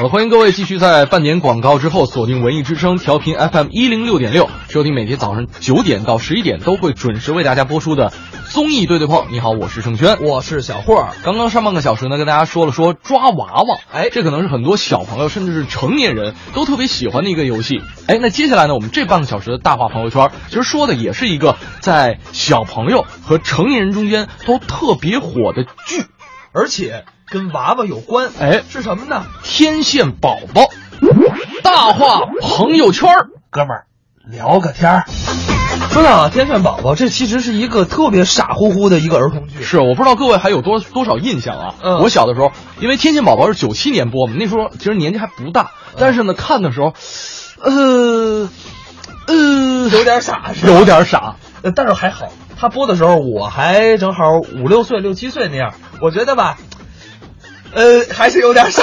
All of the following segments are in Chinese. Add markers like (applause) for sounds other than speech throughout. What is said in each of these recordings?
呃，欢迎各位继续在半年广告之后锁定文艺之声调频 FM 一零六点六，收听每天早上九点到十一点都会准时为大家播出的综艺对对碰。你好，我是盛轩，我是小霍儿。刚刚上半个小时呢，跟大家说了说抓娃娃，哎，这可能是很多小朋友甚至是成年人都特别喜欢的一个游戏。哎，那接下来呢，我们这半个小时的大话朋友圈，其实说的也是一个在小朋友和成年人中间都特别火的剧《而且跟娃娃有关，哎是什么呢？天线宝宝》。大话朋友圈儿哥们儿，聊个天儿。说到啊，天线宝宝，这其实是一个特别傻乎乎的一个儿童剧。是，我不知道各位还有多多少印象啊？嗯我小的时候，因为《天线宝宝》是九七年播嘛，那时候其实年纪还不大，嗯但是呢，看的时候，呃，呃，有点傻是吧有点 (laughs) 傻。呃但是还好，他播的时候我还正好五六岁、六七岁那样，我觉得吧，呃，还是有点傻。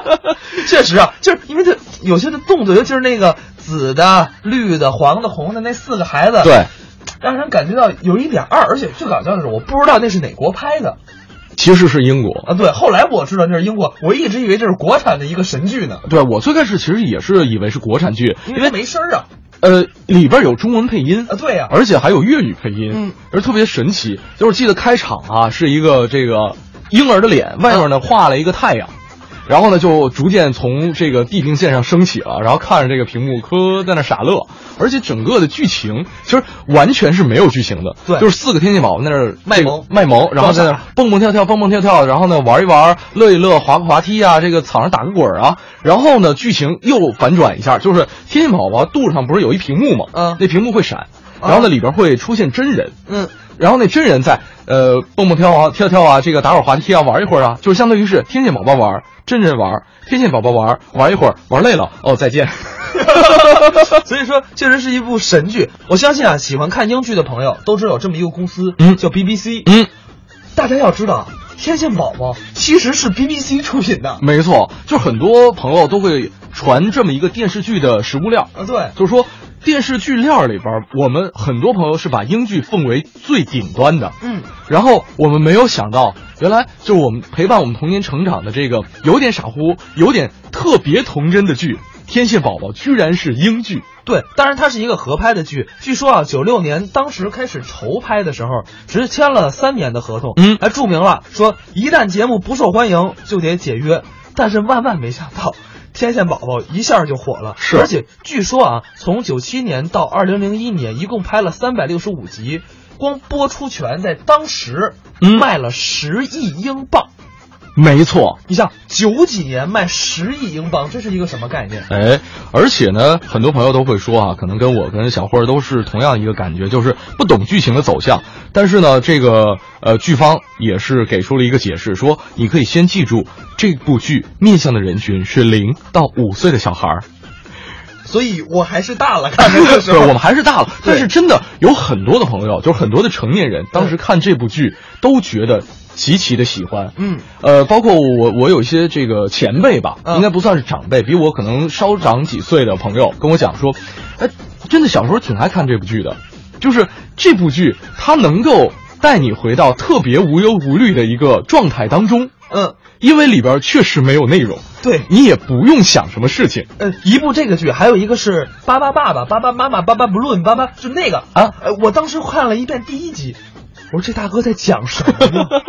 (laughs) 确实啊，就是因为他有些的动作，尤其是那个紫的、绿的、黄的、红的那四个孩子，对，让人感觉到有一点二。而且最搞笑的是，我不知道那是哪国拍的其实是英国。啊。对，后来我知道那是英国，我一直以为这是国产的一个神剧呢，对，我最开始其实也是以为是国产剧，因为没声儿啊。呃，里边有中文配音啊，对呀而且还有粤语配音，嗯，而特别神奇。就是记得开场啊，是一个这个婴儿的脸，外面呢画了一个太阳。然后呢，就逐渐从这个地平线上升起了，然后看着这个屏幕，科在那傻乐。而且整个的剧情其实完全是没有剧情的，对就是四个天气宝宝在那儿卖这个萌卖萌，然后在那儿装傻蹦蹦跳跳，蹦蹦跳跳，然后呢玩一玩，乐一乐，滑个滑梯啊，这个草上打个滚儿啊，然后呢剧情又反转一下，就是天线宝宝肚子上不是有一屏幕吗？嗯那屏幕会闪，然后呢里边会出现真人，嗯，然后那真人在呃蹦蹦跳啊跳跳啊，这个打会儿滑梯啊玩一会儿啊，就是相当于是天线宝宝玩，真人玩，天线宝宝玩玩一会儿，玩累了哦再见。 (laughs) (laughs) 所以说，确实是一部神剧。我相信啊，喜欢看英剧的朋友都知道有这么一个公司，嗯叫 BBC。嗯，大家要知道，天线宝宝其实是 BBC 出品的啊。没错，就很多朋友都会传这么一个电视剧的食物链儿，啊对，就是说电视剧链儿里边儿，我们很多朋友是把英剧奉为最顶端的，嗯，然后我们没有想到，原来就是我们陪伴我们童年成长的这个有点傻乎、有点特别童真的剧《天线宝宝》，居然是英剧。对，当然它是一个合拍的剧。据说啊，九六年当时开始筹拍的时候，只签了三年的合同，嗯还注明了说一旦节目不受欢迎就得解约。但是万万没想到，天线宝宝一下就火了，是而且据说啊，从九七年到二零零一年，一共拍了三百六十五集，光播出权在当时嗯卖了十亿英镑。没错，你想九几年卖十亿英镑，这是一个什么概念？哎，而且呢，很多朋友都会说啊，可能跟我跟小慧儿都是同样一个感觉，就是不懂剧情的走向。但是呢，这个呃，剧方也是给出了一个解释，说你可以先记住这部剧面向的人群是零到五岁的小孩儿。所以我还是大了，看这个时 (laughs) 对，候我们还是大了，对但是真的有很多的朋友，就是很多的成年人，当时看这部剧都觉得极其的喜欢。嗯，呃，包括我，我有一些这个前辈吧，嗯应该不算是长辈，比我可能稍长几岁的朋友跟我讲说，哎，真的小时候挺爱看这部剧的，就是这部剧它能够带你回到特别无忧无虑的一个状态当中，嗯。因为里边确实没有内容，对你也不用想什么事情。呃，一部这个剧，还有一个是《巴巴爸爸》《巴巴妈妈》《巴巴不论》《巴巴》，就那个啊呃，我当时看了一遍第一集，我说这大哥在讲什么呢？ (laughs)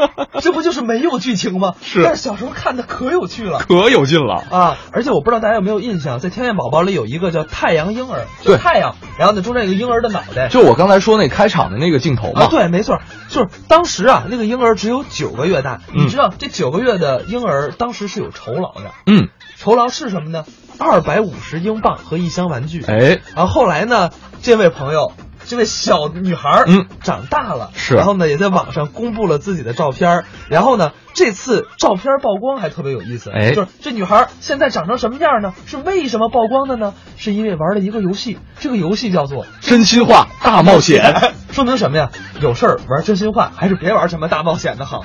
这不就是没有剧情吗？是但是小时候看的可有趣了。可有劲了，啊！而且我不知道大家有没有印象，在《天线宝宝》里有一个叫太阳婴儿，就对太阳，然后呢中间有一个婴儿的脑袋，就我刚才说那开场的那个镜头嘛，啊，对，没错，就是当时啊，那个婴儿只有九个月大，嗯你知道这九个月的婴儿当时是有酬劳的，嗯，酬劳是什么呢？二百五十英镑和一箱玩具。哎，然后后来呢，这位朋友，这位小女孩儿，嗯，长大了，是然后呢，也在网上公布了自己的照片儿。然后呢，这次照片曝光还特别有意思，哎就是这女孩儿现在长成什么样呢？是为什么曝光的呢？是因为玩了一个游戏，这个游戏叫做真心话大冒险。 (laughs) (laughs) 说明什么呀？有事儿玩真心话，还是别玩什么大冒险的好。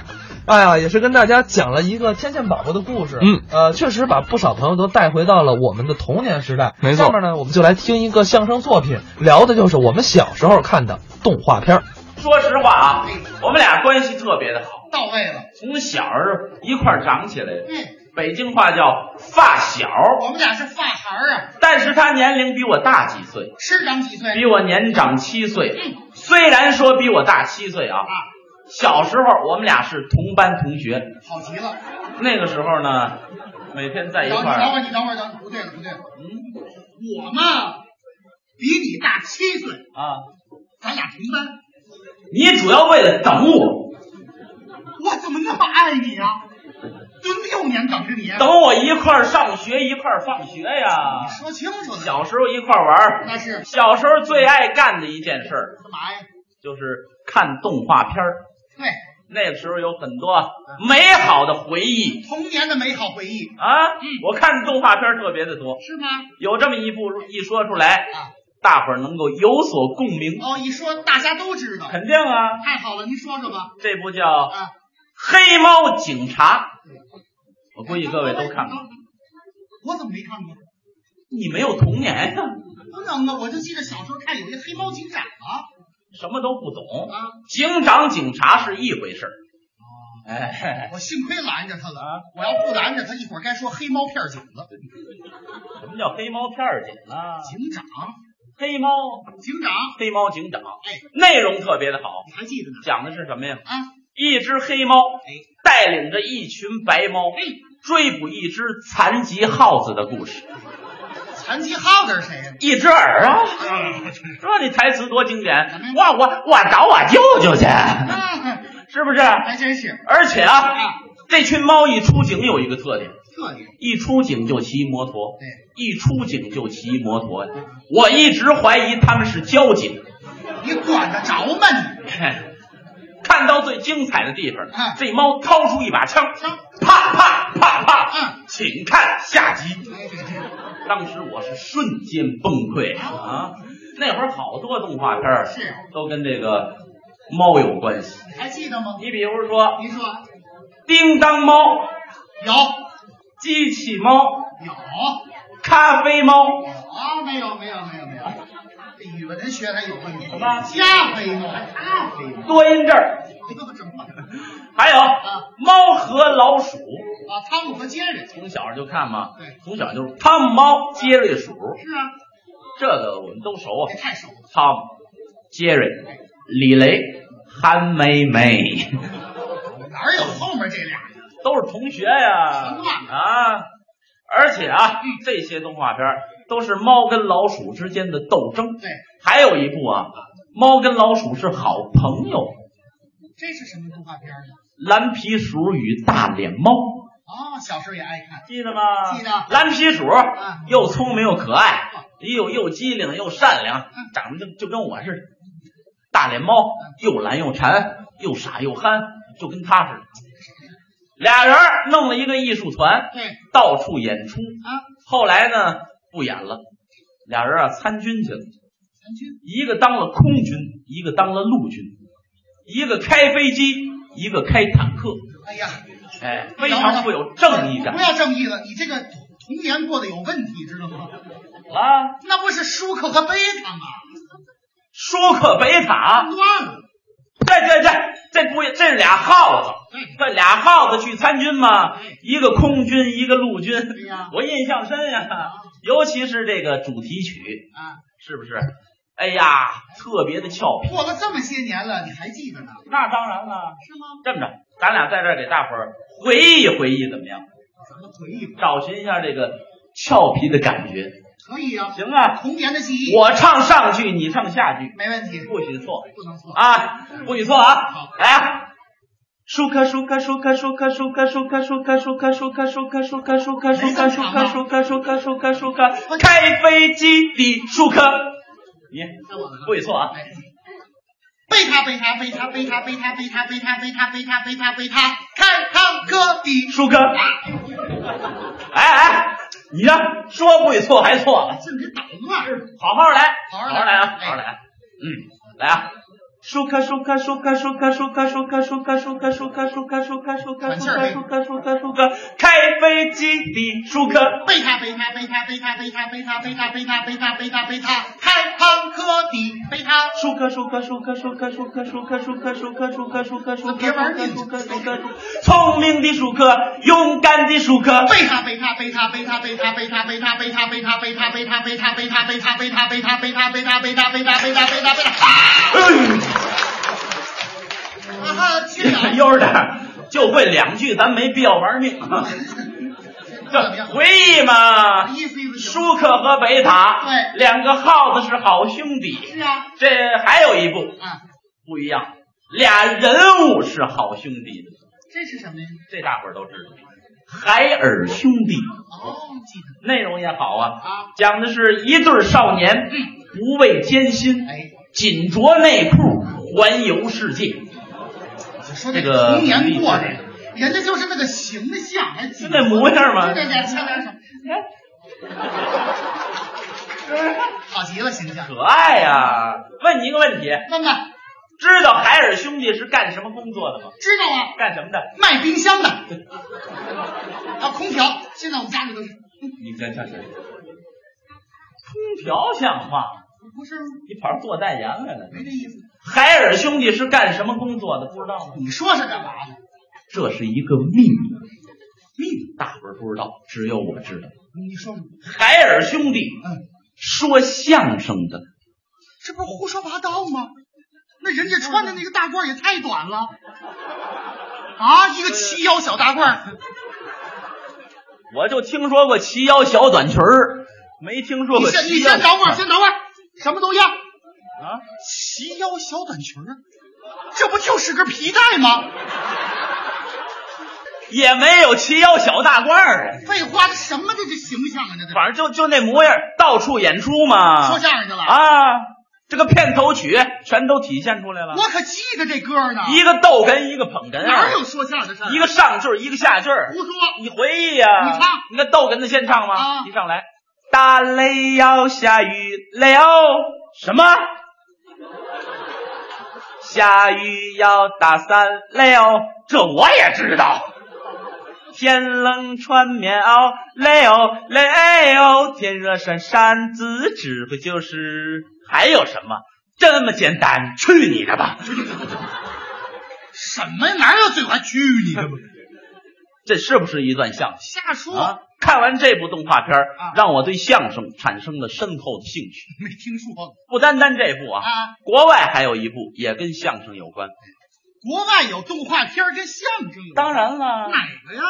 哎呀，也是跟大家讲了一个天线宝宝的故事，嗯，呃，确实把不少朋友都带回到了我们的童年时代。没错下面呢，我们就来听一个相声作品，聊的就是我们小时候看的动画片儿。说实话啊，哎我们俩关系特别的好，到位了。从小儿一块儿长起来的。嗯，北京话叫发小，我们俩是发孩儿啊，但是他年龄比我大几岁，是长几岁？比我年长七岁。嗯虽然说比我大七岁啊，啊，小时候我们俩是同班同学，好极了。那个时候呢，每天在一块等你等会儿儿，你等会儿，等会儿不对了，不对了。嗯，我嘛，比你大七岁，啊。咱俩同班。你主要为了等我，我怎么那么爱你啊？都六年等着你啊，等我一块儿上学，一块儿放学呀。说清楚了。小时候一块儿玩儿，那是小时候最爱干的一件事儿干嘛呀？就是看动画片儿。对，那个时候有很多美好的回忆童年的美好回忆啊！我看动画片儿特别的多，是吗？有这么一部一说出来啊，大伙儿能够有所共鸣，哦，一说大家都知道，肯定啊！太好了，您说说吧。这部叫《啊，黑猫警察》，我估计各位都看过。。我怎么没看过？你没有童年呀，不能啊！我就记得小时候看有一黑猫警长啊什么都不懂。啊！警长、警察是一回事儿。哎，我幸亏拦着他了啊！我要不拦着他，一会儿该说黑猫片儿警了。什么叫黑猫片儿警啊？警长，黑猫，警长，黑猫警长哎，内容特别的好，你还记得呢？讲的是什么呀？啊，一只黑猫带领着一群白猫哎，追捕一只残疾耗子的故事。残疾耗子是谁呀？一只耳啊，啊说你台词多经典嗯！我我我找我舅舅去，啊，是不是？还真是而且啊啊，这群猫一出警有一个特点，特点。一出警就骑摩托，对，一出警就骑摩托呀。我一直怀疑他们是交警。你管得着吗你？ (laughs) 看到最精彩的地方了，嗯这猫掏出一把枪，枪啪啪啪啪，嗯请看下集。哎，对对，当时我是瞬间崩溃啊！那会儿好多动画片儿嗯是都跟这个猫有关系。你还记得吗？你比如说《您说叮当猫》《有机器猫》有《咖啡猫》啊？没有没有没有没有。这语文学的有问题。什么加菲猫？咖啡猫？多音字儿，哎呦，这么还有啊猫和老鼠，啊？汤姆和杰瑞从小就看嘛对，从小就是汤姆猫、杰瑞鼠，是啊，这个我们都熟啊也。太熟了。汤姆、杰瑞、李雷、韩梅梅，哪有后面这俩呀？ (laughs) 都是同学呀什么啊！而且啊，这些动画片儿都是猫跟老鼠之间的斗争。对，还有一部啊，猫跟老鼠是好朋友，《这是什么动画片呢？蓝皮鼠与大脸猫》。啊，小时候也爱看。记得吗？记得蓝皮鼠啊又聪明又可爱，又又机灵又善良，嗯长得就就跟我似的。大脸猫又懒又馋，又傻又憨，就跟他似的。俩人弄了一个艺术团，对到处演出。啊，后来呢，不演了，俩人啊参军去了，咱军一个当了空军，一个当了陆军，一个开飞机，一个开坦克，哎呀，哎，非常富有正义感不要正义了，你这个童年过得有问题，知道吗？啊。那不是舒克和贝塔吗？舒克贝塔，乱了，对对对，这不这是俩耗子，对，这俩耗子去参军嘛嗯，一个空军，一个陆军对呀，我印象深呀，尤其是这个主题曲，啊，是不是？哎呀，特别的俏皮。过了这么些年了，你还记得呢？那当然了，是吗？这么着，咱俩在这儿给大伙儿回忆回忆，怎么样？咱们回忆吧，找寻一下这个俏皮的感觉，可以啊，行啊？童年的记忆，我唱上句，你唱下句，没问题，不许错。不能错。啊，不许错啊好！来啊！舒克舒克舒克舒克舒克舒克舒克舒克舒克舒克舒克舒克舒克舒克舒克舒克舒克舒克开飞机的舒克，你该我了不许错啊！哎贝塔贝塔贝塔贝塔贝塔贝塔贝塔贝塔贝塔贝塔贝塔开坦克的舒克， (laughs) 哎哎，你呀，说不许错啊还错了，这你捣乱，好好来，哎好好好好来来啊，好好来啊，嗯，来啊！舒克舒克舒克舒克舒克舒克舒克舒克舒克舒克舒克舒克舒克舒克舒克舒克，开飞机的舒克。贝塔贝塔贝塔贝塔贝塔贝塔贝塔贝塔贝塔贝塔贝塔，开坦克的贝塔。舒克舒克舒克舒克舒克舒克舒克舒克舒克舒克舒克舒克舒克，聪明的舒克，勇敢的舒克。贝塔贝塔贝塔贝塔贝塔贝塔贝塔贝塔贝塔贝塔贝塔贝塔贝塔贝塔贝塔贝塔贝塔贝塔贝塔贝塔贝塔贝塔贝塔。哎啊哈，去哪？悠哎着点儿，就会两句，咱没必要玩 (laughs) 命。哎这回忆嘛，意思意思。舒克和北塔，对两个耗子是好兄弟。是啊，这还有一部啊，不一样，俩人物是好兄弟的，这是什么呀？这大伙儿都知道。海尔兄弟哦，记得内容也好啊，啊，讲的是一对少年不畏艰辛，嗯哎，紧着内裤环游世界。就说这个童年过来的，人家就是那个形象，还记就得那模样吗就这脸像点什么？好极了，形象。可爱呀、问你一个问题，问问，知道海尔兄弟是干什么工作的吗？知道啊？干什么的？卖冰箱的，啊，空调。现在我们家里都是，你看看谁？空调像话吗？不是你跑这儿做代言来了？没这意思。海尔兄弟是干什么工作的？不知道吗？你说是干嘛的？这是一个秘密，秘密，大伙儿不知道，只有我知道。你说吧海尔兄弟，嗯，说相声的，这不是胡说八道吗？那人家穿的那个大褂也太短了，啊，一个齐腰小大褂，我就听说过齐腰小短裙儿，没听说你过先你齐腰小先等会儿，短裙先等会儿，什么都要，儿啊！齐腰小短裙儿，这不就是个皮带吗？也没有齐腰小大褂儿啊，废话，这什么这这形象啊，这这反正就就那模样儿，到处演出嘛。说相声去了？啊，这个片头曲全都体现出来了，我可记得这歌呢，一个逗哏，一个捧哏啊哪有啊，说相声的事儿？一个上句儿，一个下句儿胡。说，你回忆呀、你唱你看逗哏的先唱吗？啊一上来，打雷要下雨了，什么？下雨要打伞了，这我也知道。天冷穿棉袄了了，天热扇扇子，指挥就是还有什么？这么简单，去你的吧！什么呀？哪有嘴还去你的吗？ (laughs) 这是不是一段相声？瞎说，啊！看完这部动画片儿啊让我对相声产生了深厚的兴趣。没听说过不单单这部啊，啊！国外还有一部也跟相声有关。国外有动画片儿跟相声有关，当然了，啊哪个呀？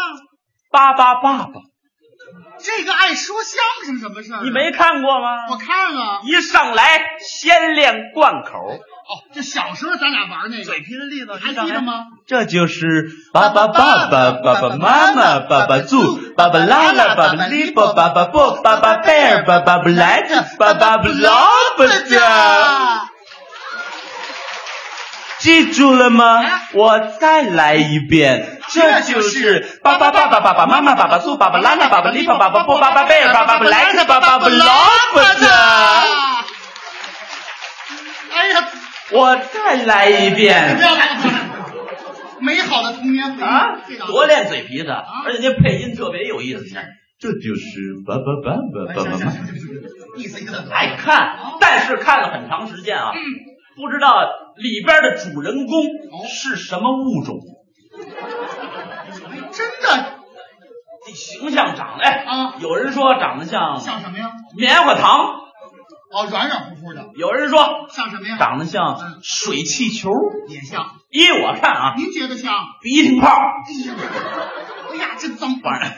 八八爸爸，这个爱说相声什么事儿？啊你？没看过吗我？看了。一上来先练贯口，哦，就小时候咱俩玩那个皮子利索还记得？吗？这就是爸爸爸爸爸爸妈妈爸爸猪爸爸拉拉爸爸利伯爸爸布爸爸贝尔爸爸布莱特爸爸布劳伯特。记住了吗啊？我再来一遍，这就是爸爸爸爸爸爸妈妈爸爸苏爸爸拉拉爸爸利爸爸爸布爸爸贝尔爸爸布莱特爸爸布劳伯特。哎呀，我再来一不遍要了！美好的童年回忆啊！这个多练嘴皮子，而且那配音特别有意思。这就是爸爸哎爸爸爸行妈行妈。行行行意思意哎思。爱哎看，但是看了很长时间啊，不知道里边的主人公是什么物种，真的这形象长得哎啊有人说长得像像什么呀？棉花糖。哦，软软乎乎的，有人说像什么呀？长得嗯像水气球，也像。依我看啊，您觉得像？鼻涕泡，哎呀，哎呀，真脏！反正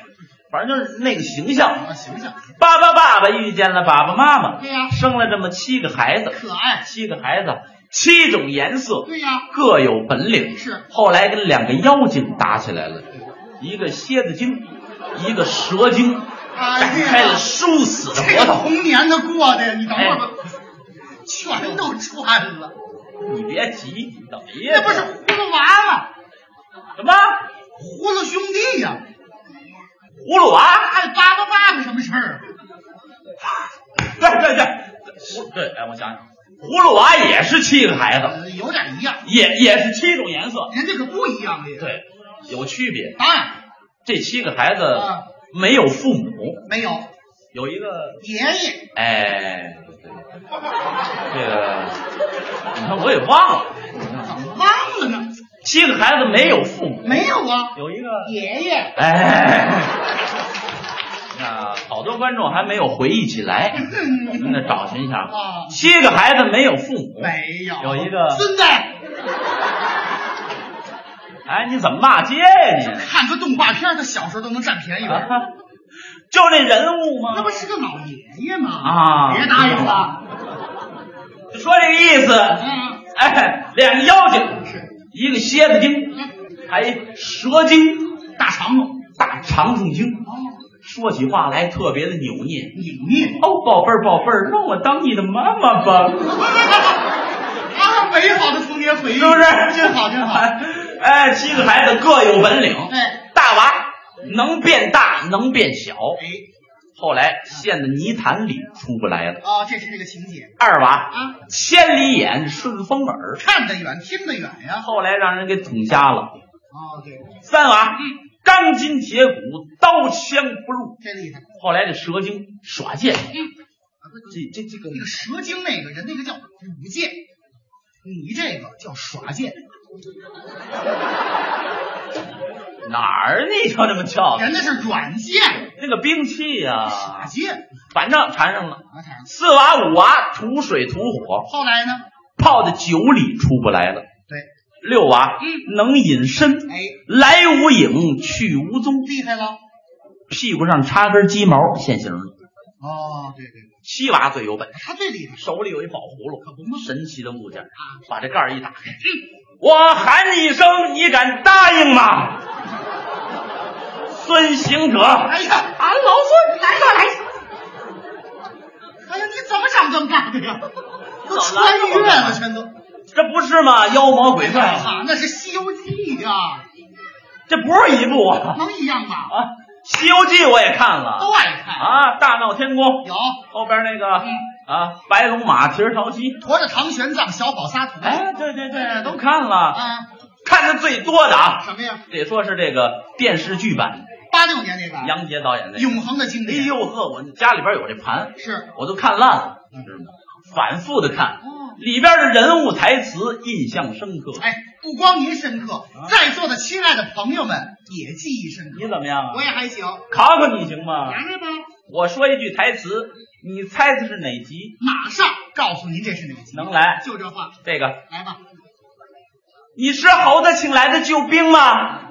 反正就是那个形象。啊，形象爸爸爸爸遇见了爸爸妈妈，对呀生了这么七个孩子，可爱。七个孩子，七种颜色，对呀，各有本领。是后来跟两个妖精打起来了，一个蝎子精，一个蛇精，哎展开了呀，殊死的这搏个斗。童年的过的呀，你等会儿吧，哎全都穿了，你别急，怎么也哎那不是葫芦娃吗？什么葫芦兄弟呀、葫芦娃？啊哎，巴巴爸爸什么事儿？对对对，葫对，哎，我想想，葫芦娃也是七个孩子，呃，有点一样，也也是七种颜色，人家可不一样的。对，有区别。当然这七个孩子啊没有父母，没有有一个爷爷，哎，这个你看我也忘了，怎么忘了呢？七个孩子没有父母，没有啊，有一个爷爷。哎，那好多观众还没有回忆起 (laughs) 来，我们得找寻一下啊七个孩子没有父母，没有，有一个孙子，哎，你怎么骂街呀、 (laughs) 看个动画片，他小时候都能占便宜你？了。啊 (laughs) 就这人物吗？那不是个老爷爷吗？啊别答应了。就说这个意思。嗯，哎，两个妖精，一个蝎子精，嗯还一蛇精，大长虫，大长虫精。哦说起话来特别的扭捏。扭 (laughs) 捏。哦，宝贝儿，宝贝儿，让我当你的妈妈吧。啊，美好的童年回忆，是不是？真好，真好。 (laughs) 哎，七个孩子各有本领。哎，大娃能变大，能变小。哎，后来陷在泥潭里出不来了。哦，这是这个情节二娃啊，千里眼，顺风耳。看得远，听得远呀。后来让人给捅瞎了。哦，对，三娃钢筋铁骨，刀枪不入。这厉害。后来这蛇精耍剑，这这这个那个蛇精那个人那个叫舞剑，你这个叫耍剑，哪儿你就这么叫的？人家是软剑，那个兵器呀、耍剑。反正缠上了。啊，惨四娃五娃吐水吐火，后来呢？泡在酒里出不来了。对，六娃嗯能隐身，哎，来无影去无踪，厉害了。屁股上插根鸡毛现形了。哦，对对对，七娃最有本事，他最厉害。手里有一宝葫芦，可不嘛神奇的物件，啊把这盖儿一嗯打开，我喊你一声，你敢答应吗？ (laughs) 孙行者，哎呀，俺老孙来了来。哎呀，你怎么长这么大的呀？啊 (laughs) 都穿越了，全都。这不是吗？妖魔鬼怪啊，啊，那是《西游记》呀，这不是一部啊！能一样啊，吗？ 《西游记》我也看了都爱看。啊，《大闹天宫》有后边那个嗯啊，白龙马蹄儿朝西，驮着唐玄奘、小宝仨徒弟。哎，对对对，都看了，啊，看的最多的啊，什么呀？得说是这个电视剧版，八六年那个杨洁导演的。永恒的经哎典。呦呵，我家里边有这盘，是我都看烂了，知道吗？反复的看哦，里边的人物台词印象深刻。哎，不光您深刻，啊在座的亲爱的朋友们也记忆深刻。你怎么样啊我？也还行，考考你行吗？来吧，我说一句台词，你猜猜是哪集？马上告诉您这是哪集。能来就这话，这个？来吧。你是猴子请来的救兵吗？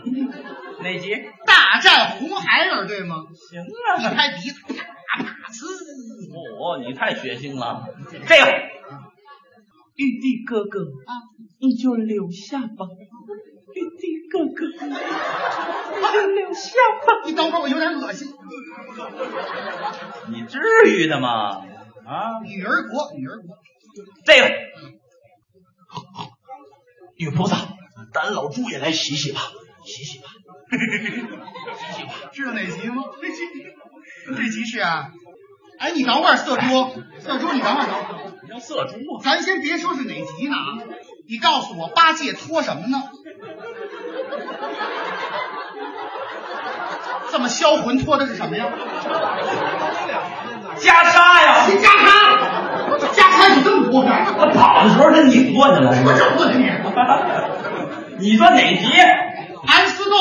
哪集？大战红孩儿，对吗？行一啊，拍鼻子，啪啪呲，哦，你太血腥了。这个，玉帝哥哥啊，你就留下吧。玉帝哥哥，就留下吧。你等会儿我有点恶心。你至于的吗？啊，女儿国，女儿国，这个。女菩萨，咱老朱也来洗洗吧，洗洗吧。知道哪集吗？这集，这集是啊。哎，你等会儿，色猪，色猪，你等会儿，等会儿，你要色猪啊！咱先别说是哪集呢啊，你告诉我八戒托什么呢？这么销魂托的是什么呀？袈裟呀！ (laughs) 加他，加他你这么多干我跑的时候他拧过去了，我整过你，你说哪集？盘丝洞。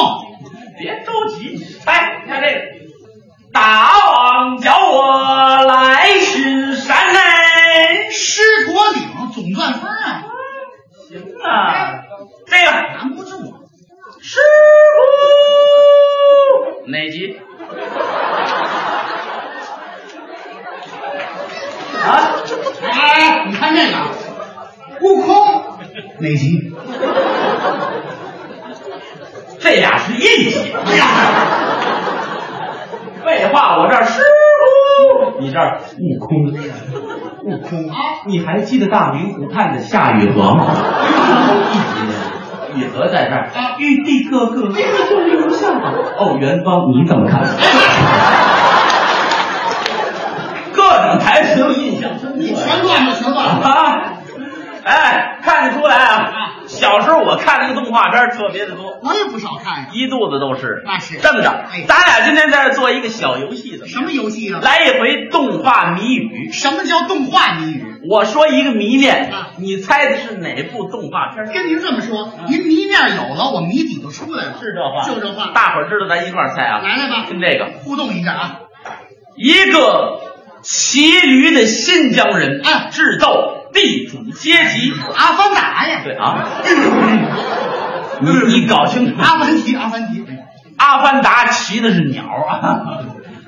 别着急，你猜，哎你看这个，大王叫我来巡山内。狮驼岭总钻风啊，行啊，这个拦不住啊。师傅哪集？啊，哎，你看这个，悟空哪集？这俩是一集。哎呀，废话，我这儿师傅，你这儿悟空。悟空啊，你还记得大明湖畔的夏雨荷 (laughs) 吗？雨荷在这儿啊，玉帝哥哥，就留下吧。哦，元芳，你怎么 (laughs) 看？各种台词都印象深你刻。全乱了，全哎啊啊特别的多，我也不少看呀。一肚子都是。那是这么着哎，咱俩今天在这做一个小游戏，怎么样什么游戏啊？，来一回动画谜语，什么叫动画谜语？我说一个谜面啊，你猜的是哪部动画片？跟您这么说，您谜面有了，我谜底就出来了。嗯是这话，就这话。大伙儿知道，咱一块儿猜啊。来来吧跟这个，互动一下啊！一个骑驴的新疆人，哎智斗地主阶级。阿凡达呀，对啊，你你搞清楚，阿凡提，阿凡提，哎阿凡达骑的是鸟啊，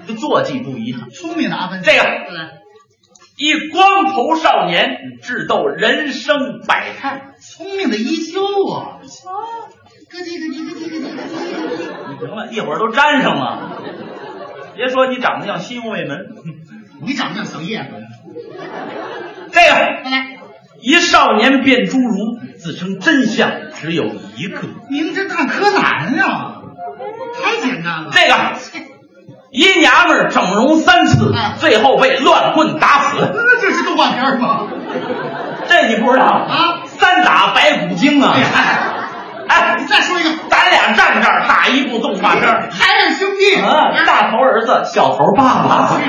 这坐骑不一样。聪明的阿凡提。这个对一光头少年智斗人生百态，聪明的一休啊！咯叽咯叽咯叽咯叽咯叽咯你行了，一会儿都粘上了。别说你长得像新卫门，叽，你长得像小叶子。这个来来，一少年变侏儒，自称真相只有一个。名侦探柯南啊，太简单了。这个一娘们儿整容三次哎，最后被乱棍打死。那这是动画片吗？这你不知道啊三打白骨精啊！哎你，再说一个，咱俩站这儿打一部动画片儿，海尔兄弟。啊，大头儿子，小头爸嗯爸。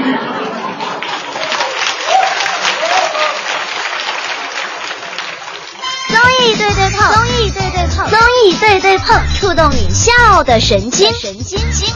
综艺对对碰，综艺对对碰，综艺对对碰，触动你笑的神经，神经经。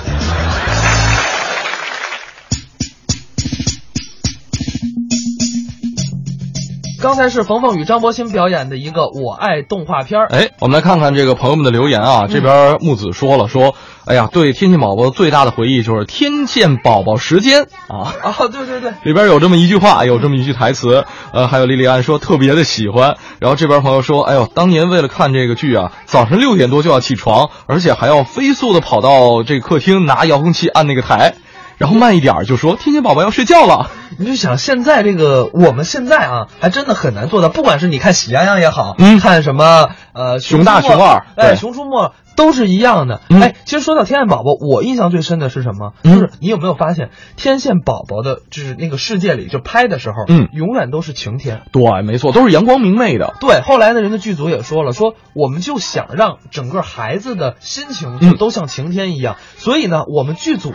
刚才是冯凤与张博鑫表演的一个《我爱动画片》，哎，我们来看看这个朋友们的留言嗯啊。这边木子说了说，哎呀，对天线宝宝最大的回忆就是《天线宝宝时间》啊。啊，对对对，里边有这么一句话，有这么一句台词，呃，还有莉莉安说特别的喜欢，然后这边朋友说，哎呦，当年为了看这个剧啊，早晨六点多就要起床，而且还要飞速的跑到这客厅拿遥控器按那个台，然后慢一点儿就说天线宝宝要睡觉了， (laughs) 你就想现在这个，我们现在啊，还真的很难做到。不管是你看《喜羊羊》也好，嗯看什么呃《熊出大没熊二哎，对《熊出没》都是一样的。嗯哎，其实说到天线宝宝，我印象最深的是什么？嗯就是你有没有发现，天线宝宝的就是那个世界里就拍的时候，嗯永远都是晴天。对，没错，都是阳光明媚的，对，后来呢，人家剧组也说了，说我们就想让整个孩子的心情嗯就都像晴天一样，所以呢，我们剧组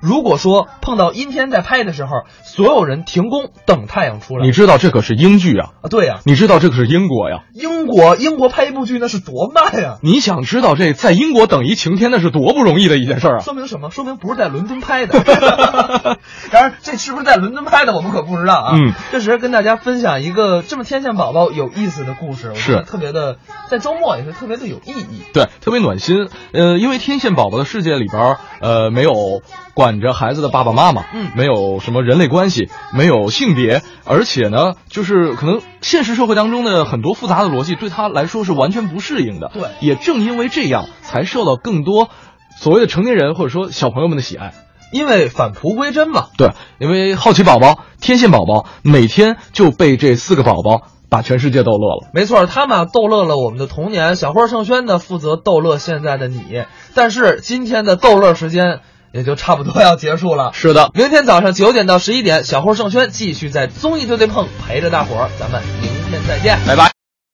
如果说碰到阴天在拍的时候，所有人停工等太阳出来。你知道这可是英剧啊，啊，对呀、你知道这可是英国呀，英国英国拍一部剧那是多慢呀、你想知道这在英国等一晴天那是多不容易的一件事儿啊。说明什么？说明不是在伦敦拍 (laughs) 的。当然，这是不是在伦敦拍的，我们可不知道啊。嗯，这时跟大家分享一个这么天线宝宝有意思的故事，我觉得是特别的，在周末也是特别的有意义。对，特别暖心。呃，因为天线宝宝的世界里边儿，呃，没有管着孩子的爸爸妈妈，嗯没有什么人类关系，没有性别，而且呢，就是可能现实社会当中的很多复杂的逻辑对他来说是完全不适应的。对也正因为这样，才受到更多所谓的成年人或者说小朋友们的喜爱。因为返璞归真嘛，对，因为好奇宝宝、天线宝宝每天就被这四个宝宝把全世界逗乐了。没错，他们啊逗乐了我们的童年。小花盛轩呢，负责逗乐现在的你。但是今天的逗乐时间也就差不多要结束了。是的，明天早上九点到十一点，小花盛轩继续在综艺对对碰陪着大伙儿，咱们明天再见。拜拜。